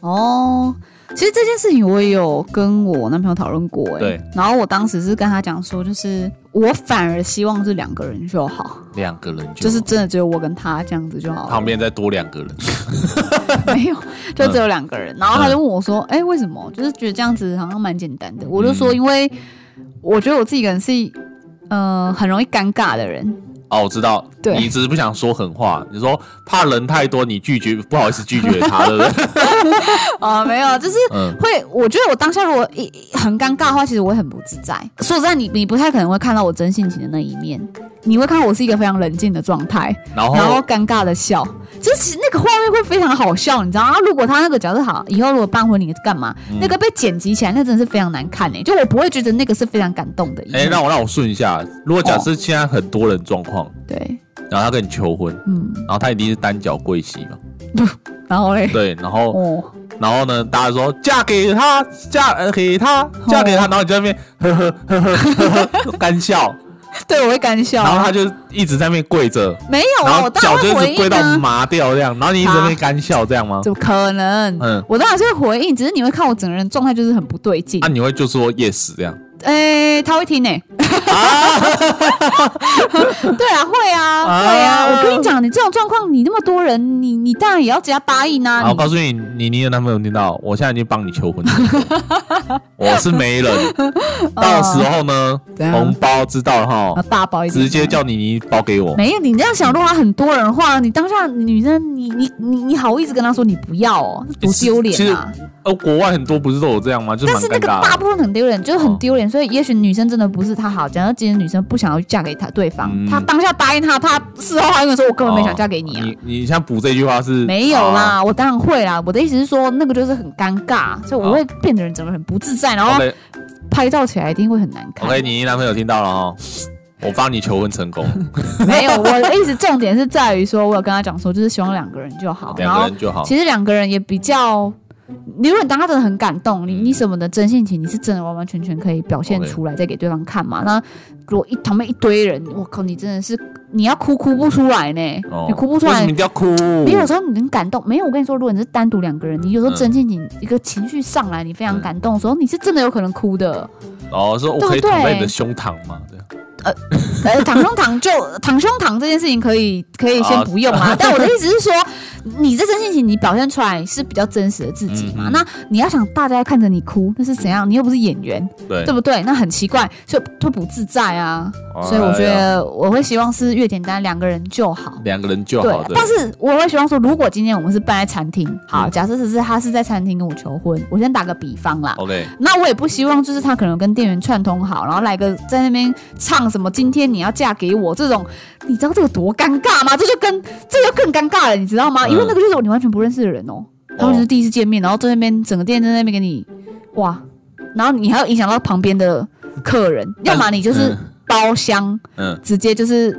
S2: 哦。哦其实这件事情我也有跟我男朋友讨论过、哎，
S1: 对。
S2: 然后我当时是跟他讲说，就是我反而希望是两个人就好，
S1: 两个人就
S2: 就是真的只有我跟他这样子就好了。
S1: 旁边再多两个人，
S2: 没有，
S1: 嗯
S2: 就只有两个人。然后他就问我说：“哎、为什么？就是觉得这样子好像蛮简单的。”我就说：“
S1: 嗯
S2: 因为我觉得我自己一个人是，嗯、很容易尴尬的人。
S1: 哦，我知道，
S2: 对
S1: 你只是不想说狠话，你说怕人太多，你拒绝不好意思拒绝他，对不 对？
S2: 啊，没有，就是
S1: 嗯，
S2: 会，我觉得我当下如果一一很尴尬的话，其实我会很不自在。说实在，你你不太可能会看到我真性情的那一面，你会看到我是一个非常冷静的状态，
S1: 然
S2: 然后
S1: 后
S2: 尴尬的笑，就是其实那个画面会非常好笑，你知道吗？啊如果他那个假设好，以后如果办婚礼干嘛，
S1: 嗯
S2: 那个被剪辑起来，那真的是非常难看哎、就我不会觉得那个是非常感动的一幕。
S1: 哎、让我让我顺一下，如果假设
S2: 哦
S1: 现在很多人状况，
S2: 对，
S1: 然后他跟你求婚，
S2: 嗯，
S1: 然后他一定是单脚跪膝嘛，
S2: 然后嘞，
S1: 对，然后
S2: 哦，
S1: 然后呢，大家说嫁给他，
S2: 哦哦
S1: 嫁呃给他，嫁给他，然后你在那边呵呵呵呵呵呵干笑，
S2: 对我会干笑
S1: 然后
S2: 啊。
S1: 他就一直在那边跪着，
S2: 没有
S1: 然
S2: 啊，我
S1: 后
S2: 当然
S1: 脚就
S2: 会
S1: 一直
S2: 回
S1: 跪
S2: 应
S1: 到
S2: 啊，
S1: 麻掉这样，然后你一直在那边干笑这样吗？
S2: 怎么可能？
S1: 嗯，
S2: 我当然是会回应，只是你会看我整个人状态就是很不对劲
S1: 啊，。你会就说 yes 这样？
S2: 哎、他会听呢、 对啊，会啊，
S1: 啊
S2: 会啊。我跟你讲，你这种状况，你那么多人，你你当然也要只要答应啊。
S1: 啊，我
S2: 你
S1: 告诉你，你你的男朋友听到，我现在已经帮你求婚了， 我是媒人，到时候呢，
S2: 怎样
S1: 红包知道了
S2: 啊
S1: 哈，
S2: 大包一点，
S1: 直接叫你你包给我。
S2: 没有，你这样想，如果他很多人的话，你当下女生，你你你你好意思跟他说你不要哦，这多丢脸啊！
S1: 呃，国外很多不是都有这样吗？就是
S2: 但
S1: 蛮
S2: 是那
S1: 尴
S2: 个
S1: 尬
S2: 大
S1: 的。哦
S2: 部分很丢脸，就是很丢脸，所以也许女生真的不是他好。假如今天女生不想要嫁给他对方，
S1: 嗯哦
S2: 他当下答应他，他事后他跟我说我根本没想嫁给你啊。
S1: 你你像补这句话是
S2: 没有
S1: 啊
S2: 啦，我当然会啦。我的意思是说，那个就是很尴尬，所以我会变得人整个很不自在，然后
S1: ？OK
S2: 拍照起来一定会很难看。
S1: OK，你男朋友听到了哈，我帮你求婚成功，
S2: 没有，我的意思重点是在于说，我有跟他讲说，就是希望两个人就好，然
S1: 两个
S2: 后
S1: 人就好。
S2: 其实两个人也比较。你如果你当他真的很感动，你你什么的真性情，你是真的完完全全可以表现
S1: 嗯 OK
S2: 出来，再给对方看嘛。那如果一旁边一堆人，我靠，你真的是你要哭哭不出来呢，
S1: 哦
S2: 你哭不出
S1: 为
S2: 来
S1: 什么，一定要哭？
S2: 你有时候你很感动，没有我跟你说，如果你是单独两个人，你有时
S1: 嗯
S2: 候真性情一个情绪上来，你非常感动的时候，你是真的有可能哭的。
S1: 哦，说我
S2: 对不
S1: 可以躺在你的
S2: 对
S1: 胸膛嘛，这样
S2: 呃，躺胸膛就躺胸膛这件事情可以可以先
S1: 啊
S2: 不用啊，但我的意思是说，你这真性情你表现出来是比较真实的自己嘛。
S1: 嗯嗯
S2: 那你要想大家看着你哭，那是怎样？你又不是演员，
S1: 对
S2: 对。不对？那很奇怪，所以会不自在啊。所以我觉
S1: 哎呀
S2: 得我会希望是越简单，两个人就好。
S1: 两个人就
S2: 对
S1: 好，对
S2: 但是我会希望说，如果今天我们是办在餐厅，好，
S1: 嗯
S2: 假设只是他是在餐厅跟我求婚，我先打个比方啦。
S1: OK，
S2: 那我也不希望，就是他可能跟店员串通好，然后来个在那边唱什么“今天你要嫁给我”这种，你知道这个多尴尬吗？这就跟这就更尴尬了，你知道吗？因为
S1: 嗯
S2: 那个就是你完全不认识的人哦，他们就是第一次见面，然后在那边整个店在那边给你哇，然后你还要影响到旁边的客人，要么你就是包厢
S1: 嗯，
S2: 直接就是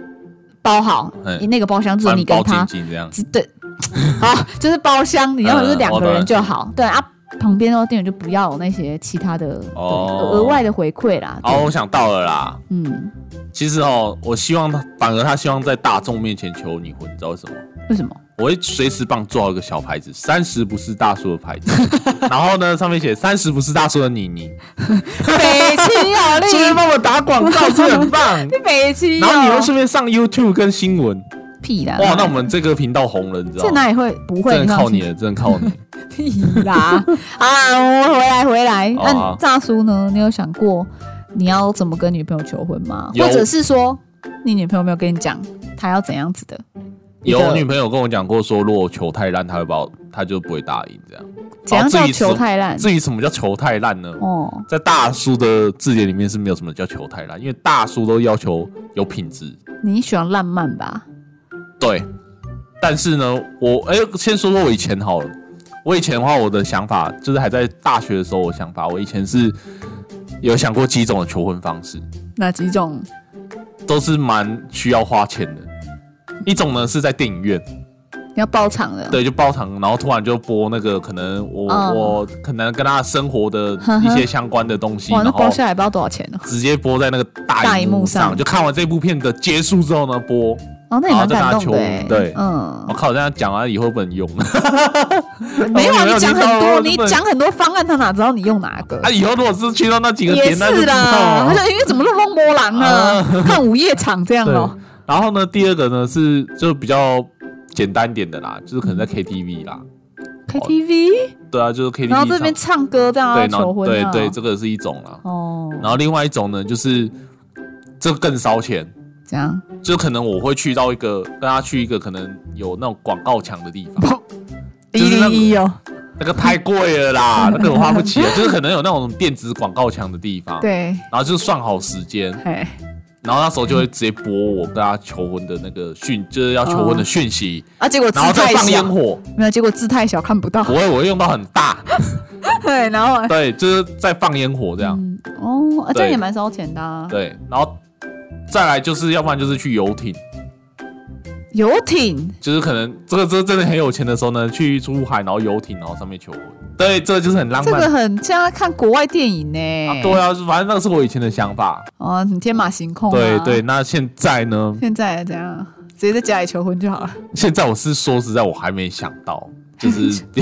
S2: 包好
S1: 嗯，
S2: 那个包厢只有
S1: 把
S2: 你跟
S1: 包
S2: 他
S1: 紧，紧这样，
S2: 只对， 好，就是包厢，你要么
S1: 嗯
S2: 就是两个人就好，对啊。旁边哦，店员就不要有那些其他的对
S1: 哦
S2: 额外的回馈啦。对
S1: 哦，我想到了啦。
S2: 嗯，
S1: 其实哦，我希望他，反而他希望在大众面前求你婚，你知道为什么？
S2: 为什么？
S1: 我会随时帮你做好一个小牌子，三十不是大叔的牌子， 然后呢，上面写三十不是大叔的你你，
S2: 北七有
S1: 顺便
S2: 力，
S1: 帮我打广告，这很 棒。
S2: 北七啊
S1: 然后你又顺便上 YouTube 跟新闻，
S2: 屁啦！
S1: 哇，那我们这个频道红了，你知道
S2: 这
S1: 吗？
S2: 啊哪里会不会？
S1: 真的靠你
S2: 放
S1: 了，真的靠你。
S2: 心 屁啦！啊，我回来回来。
S1: 哦
S2: 那大叔呢？你有想过你要怎么跟女朋友求婚吗？
S1: 有
S2: 或者是说，你女朋友没有跟你讲她要怎样子的？ 一
S1: 有
S2: 个
S1: 女朋友跟我讲过说，如果我球太烂，她会把我，她就不会答应这样。
S2: 怎样
S1: 哦
S2: 叫
S1: 至于
S2: 球
S1: 什
S2: 太烂？
S1: 至于什么叫球太烂呢？
S2: 哦，
S1: 在大叔的字典里面是没有什么叫球太烂，因为大叔都要求有品质。
S2: 你喜欢浪漫吧？
S1: 对，但是呢，我哎、先说说我以前好了。我以前的话，我的想法就是还在大学的时候，我想法，我以前是有想过几种的求婚方式，
S2: 哪几种？
S1: 都是蛮需要花钱的。一种呢是在电影院，
S2: 你要包场的？
S1: 对，就包场，然后突然就播那个可能我、
S2: 嗯
S1: 我可能跟他生活的
S2: 呵呵
S1: 一些相关的东西，
S2: 哇，那
S1: 然后
S2: 包下来不知道多少钱呢、
S1: 直接播在那个大
S2: 大荧
S1: 荧
S2: 幕
S1: 幕
S2: 上
S1: 就看完这部片的结束之后呢，播。
S2: 哦，那也蛮感
S1: 然后再拿啊
S2: 动
S1: 球
S2: 的、欸。
S1: 对我、
S2: 嗯，
S1: 靠，这样讲完以后不能用，
S2: 没有啊，
S1: 没有
S2: 你讲很
S1: 听到
S2: 多，
S1: 啊
S2: 你
S1: 根本
S2: 讲很多方案，他哪知道你用哪个？
S1: 啊，以后如果是去到那几个
S2: 也
S1: 点，那就是知道啊
S2: 啦，
S1: 了。
S2: 他说哎因为怎么那么摸狼呢？看午夜场这样
S1: 对
S2: 哦。
S1: 然后呢，第二个呢是就比较简单点的啦，就是可
S2: 嗯
S1: 能在 KTV 啦，
S2: KTV，
S1: 对啊，就是 KTV
S2: 然后这边
S1: 上
S2: 唱歌这样
S1: 对，
S2: 啊
S1: 然后
S2: 求婚
S1: 对
S2: 啊。
S1: 对，这个是一种啦。
S2: 哦，
S1: 然后另外一种呢，就是这个更烧钱，
S2: 这样
S1: 就可能我会去到一个跟他去一个可能有那种广告墙的地方，
S2: 一
S1: 就是那个
S2: 零一哦，
S1: 那个太贵了 啦，那个我花不起啊。就是可能有那种电子广告墙的地方，
S2: 对，
S1: 然后就算好时间，
S2: 哎，
S1: 然后那时候就会直接播我跟他求婚的那个讯，就是要求婚的讯息，
S2: 啊，结果字
S1: 然后再
S2: 太
S1: 放
S2: 小
S1: 烟，火。
S2: 没有，结果字太小看不到
S1: 不，会，我会用到很大，
S2: 对，然后
S1: 对，就是在放烟火这样，
S2: 嗯，哦，啊这样
S1: 对
S2: 也蛮烧钱的啊，
S1: 对，然后再来就是，要不然就是去游艇，
S2: 游艇
S1: 就是可能这个这个真的很有钱的时候呢，去出海，然后游艇，然后上面求婚。对，这个就是很浪
S2: 这
S1: 漫。
S2: 个很像在看国外电影呢、
S1: 啊对啊，反正那个是我以前的想法。
S2: 哦，你天马行空、啊。
S1: 对对，。那现在呢？
S2: 现在怎样？直接在家里求婚就 好了。
S1: 现在我是说实在，我还没想到，就是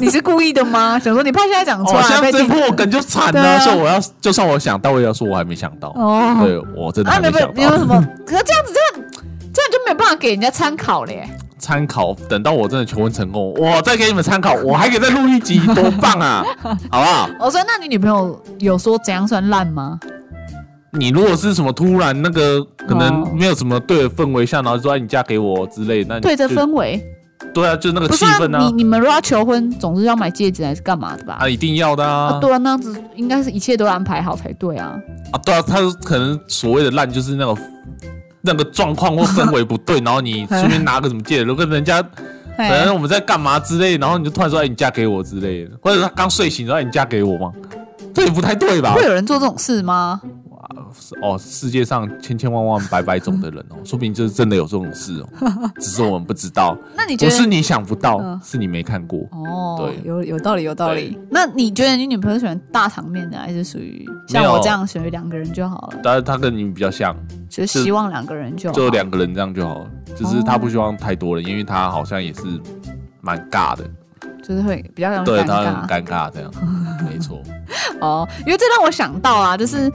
S2: 你是故意的吗？想说你怕现在讲出
S1: 哦，
S2: 来
S1: 像
S2: 被
S1: 这
S2: 定
S1: 破梗就惨
S2: 对
S1: 了、
S2: 啊
S1: 所以我要，就算我想到，我也要说我还没想到。
S2: 哦
S1: 对我真的
S2: 啊，
S1: 还
S2: 没
S1: 没
S2: 有没有，
S1: 想
S2: 你
S1: 到。
S2: 有什么？可是这样子，这样这样就没有办法给人家参考了耶。
S1: 参考，等到我真的求婚成功，我再给你们参考，我还可以再录一集，多棒 啊，好不好？
S2: 我说，哦那你女朋友有说怎样算烂吗？
S1: 嗯你如果是什么突然那个可
S2: 哦
S1: 能没有什么对的氛围下，然后说哎你嫁给我之类，那你
S2: 对着
S1: 就
S2: 氛围，
S1: 对啊，就那个
S2: 不
S1: 气
S2: 是啊？
S1: 氛
S2: 你
S1: 啊，
S2: 你们如果要求婚，总是要买戒指还是干嘛的吧？
S1: 啊一定要的啊
S2: 啊，，对啊，那样子应该是一切都安排好才对啊。
S1: 啊对啊，他可能所谓的烂就是那个那个状况或氛围不 对，然后你随便拿个什么戒指，如果人家可
S2: 哎，
S1: 能我们在干嘛之类，然后你就突然说哎你嫁给我之类的，或者他刚睡醒然后哎你嫁给我吗？这也不太对吧
S2: 会？有人做这种事吗？
S1: 哦，世界上千千万万百百种的人 哦，说不定就是真的有这种事哦，只是我们不知道。
S2: 那 你觉
S1: 不是
S2: 得？
S1: 你想不到，
S2: 嗯
S1: 是你没看过。
S2: 哦
S1: 对，
S2: 有有道理，有道理。那你觉得你女朋友喜欢大场面的，还是属于像
S1: 没有
S2: 我这样属于两个人就好了？
S1: 但是他跟你比较像，
S2: 就是希望两个人就好
S1: 就两个人这样就好了。就是他不希望太多人，因为他好像也是蛮尬的，
S2: 就是会比较让人
S1: 对
S2: 尴
S1: 他很
S2: 尬
S1: 尴尬这样。 没错，
S2: 哦，因为这让我想到啊，就是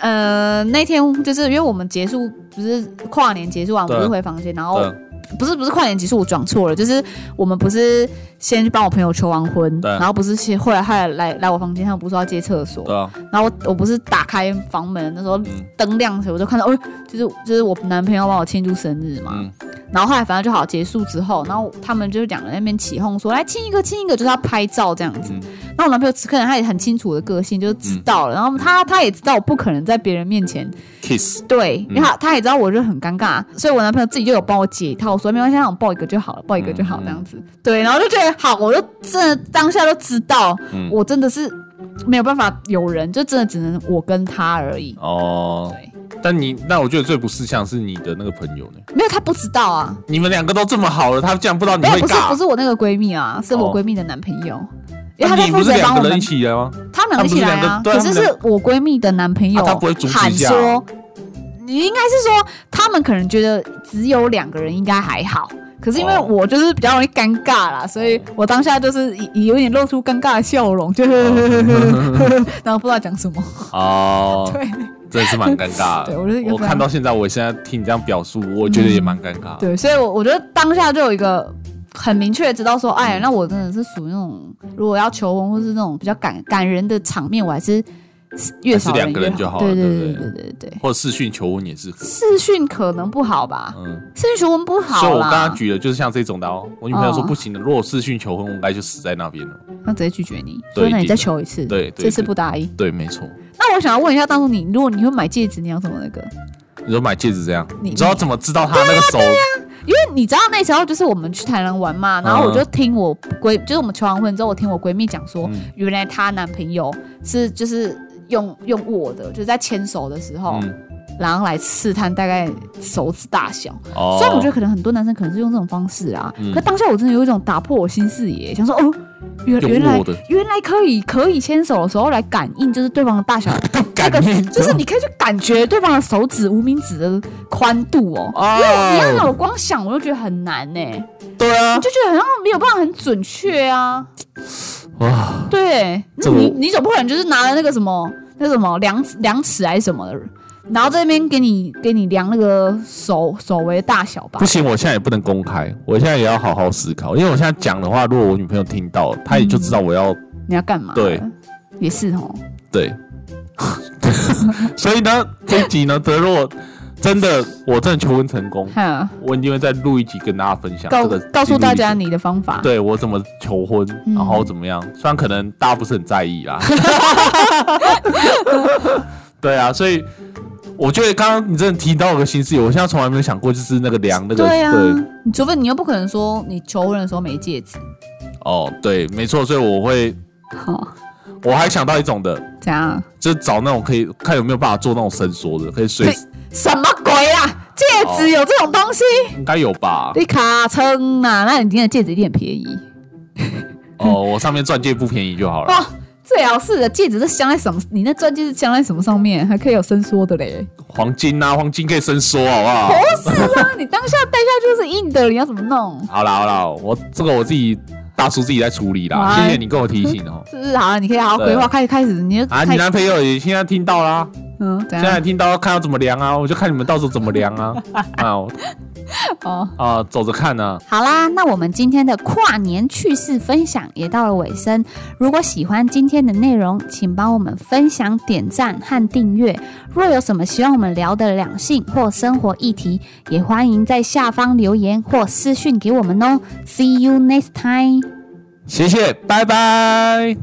S2: 呃那天就是因为我们结束不是跨年结束完，我
S1: 对
S2: 不是回房间，然后
S1: 对啊
S2: 不是不是跨年结束，我转错了，就是我们不是先去帮我朋友求完婚，
S1: 对
S2: 然后不是先后来他来来来我房间，他们不是说要接厕所，
S1: 对啊，
S2: 然后我我不是打开房门那时候
S1: 嗯
S2: 灯亮起来，我就看到哦，就是就是我男朋友帮我庆祝生日嘛，
S1: 嗯，
S2: 然后后来反正就好结束之后，然后他们就两个人在那边起哄说来亲一个亲一个，就是要拍照这样子。
S1: 嗯
S2: 那我男朋友可能他也很清楚我的个性，就是知道了，然后
S1: 嗯
S2: 他他也知道我不可能在别人面前
S1: kiss
S2: 对，
S1: 嗯
S2: 因为他他也知道我就很尴尬，所以我男朋友自己就有帮我解套，说没关系，让我抱一个就好了，抱一个就好
S1: 嗯
S2: 这样子。对，然后就觉得好，我就真的当下就知道，
S1: 嗯
S2: 我真的是没有办法有人，就真的只能我跟他而已。
S1: 哦。
S2: 对，
S1: 但你那我觉得最不识相是你的那个朋友呢。
S2: 没有他不知道啊，
S1: 你们两个都这么好了，他竟然不知道你
S2: 没有
S1: 会
S2: 不是不
S1: 尬。
S2: 是我那个闺蜜啊，是我
S1: 哦
S2: 闺蜜的男朋友。因
S1: 那
S2: 为他在
S1: 啊你
S2: 负
S1: 不是
S2: 责帮
S1: 两
S2: 我
S1: 个
S2: 们
S1: 人一起来 吗？
S2: 他们两个一起来
S1: 啊，
S2: 啊
S1: 不是两个对
S2: 可
S1: 啊
S2: 是是我闺蜜的男朋友
S1: 啊他不会阻止
S2: 喊
S1: 一下
S2: 说，你应该是说他们可能觉得只有两个人应该还好，可是因为
S1: 哦
S2: 我就是比较容易尴尬啦，所以我当下就是以有点露出尴尬的笑容，就 然后不知道讲什么，
S1: 哦，
S2: 对
S1: 真的是蛮尴尬的。
S2: 对我就是一个
S1: 我
S2: 非常
S1: 看到现在，我现在听你这样表述，我觉得也蛮尴尬。
S2: 对，所以我我觉得当下就有一个。很明确地知道说，哎，那我真的是属于那种，如果要求婚或是那种比较感感人的场面，我还是越
S1: 还是
S2: 少人
S1: 两个
S2: 越
S1: 人就好
S2: 对
S1: 了
S2: 对
S1: 对
S2: 对
S1: 不
S2: 对
S1: 对
S2: 对对。
S1: 或者视讯求婚也是，
S2: 视讯可能不好吧，
S1: 嗯，
S2: 视讯求婚不
S1: 所以
S2: 好
S1: 我
S2: 啦，
S1: 刚刚举的就是像这种的哦。我女朋友说
S2: 哦
S1: 不行的，如果视讯求婚，我应该就死在那边了。
S2: 那直接拒绝你，
S1: 对
S2: 所以那
S1: 一定
S2: 你再
S1: 的
S2: 求一次，
S1: 对对
S2: 这次
S1: 对
S2: 不答应。
S1: 对，没错。
S2: 那我想要问一下，当初你如果你会买戒指，你要怎么那个？
S1: 你说买戒指这样，
S2: 你
S1: 你知道怎么知道他那个手？
S2: 因为你知道那时候就是我们去台南玩
S1: 嗯
S2: 嘛，然后我就听我闺，就是我们求完婚之后，我听我闺蜜讲说，
S1: 嗯
S2: 原来她男朋友是就是用用握的，就是在牵手的时候，
S1: 嗯，
S2: 然后来试探大概手指大小。
S1: 哦，
S2: 虽然我觉得可能很多男生可能是用这种方式啊，
S1: 嗯
S2: 可当下我真的有一种打破我新视野，想说哦，原
S1: 用
S2: 原来
S1: 握的
S2: 原来可以可以牵手的时候来感应，就是对方的大小，这
S1: 感
S2: 个
S1: 应
S2: 就是你可以去感觉对方的手指无名指的宽度哦。你要
S1: 哦，
S2: 让我光想，我就觉得很难呢、
S1: 对啊
S2: 我，就觉得好像没有办法很准确啊。
S1: 哇，
S2: 对，那
S1: 这
S2: 你
S1: 我
S2: 你总不可能就是拿了那个什么那什么量尺量尺还是什么的，然后在那边给你给你量那个手手围的大小吧
S1: 不？行，我现在也不能公开，我现在也要好好思考，因为我现在讲的话，如果我女朋友听到，她也就知道我要
S2: 你要干嘛？
S1: 对，
S2: 也是哦。
S1: 对， 所以呢，这一集呢，德若真的，我真的求婚成功，
S2: 哈，
S1: 我一定会再录一集跟大家分享
S2: 告
S1: 这个，
S2: 告诉大家
S1: 一路历
S2: 你的方法
S1: 程，。对我怎么求婚，
S2: 嗯
S1: 然后怎么样，虽然可能大家不是很在意 啦， 对啊，所以我觉得刚刚你真的提到一个新事情，我现在从来没有想过，就是那个量那个
S2: 对啊，你除非你又不可能说你求婚的时候没戒指，
S1: 哦，对，没错，所以我会，
S2: 好，
S1: 我还想到一种的，
S2: 怎样？
S1: 就是找那种可以看有没有办法做那种伸缩的，可以随
S2: 什么鬼啊？戒指有这种东西？
S1: 应该有吧？
S2: 你卡称呐、那你今天的戒指一定很便宜
S1: 哦，我上面钻戒不便宜就好了。
S2: 哦。最好是的，戒指是镶在什么？你那钻戒是镶在什么上面？还可以有伸缩的嘞。
S1: 黄金啊，黄金可以伸缩，好不好
S2: 不？是啊，你当下戴下去就是硬的，你要怎么弄？
S1: 好啦好啦，我这个我自己大叔自己在处理啦。
S2: 哎
S1: 谢谢你跟我提醒 哦。
S2: 是不是好啊？你可以好好
S1: 对
S2: 规划，开始开始，你就
S1: 啊，
S2: 开
S1: 你
S2: 始
S1: 男朋友也现在听到啦，
S2: 嗯，怎
S1: 现在
S2: 样？
S1: 听到看要怎么量啊，我就看你们到时候怎么量啊。啊我
S2: 哦，
S1: 啊，走着看啊。
S2: 好啦，那我们今天的跨年趣事分享也到了尾声。如果喜欢今天的内容，请帮我们分享、点赞和订阅。若有什么希望我们聊的两性或生活议题，也欢迎在下方留言或私讯给我们哦。See you next time.
S1: 谢谢，拜拜。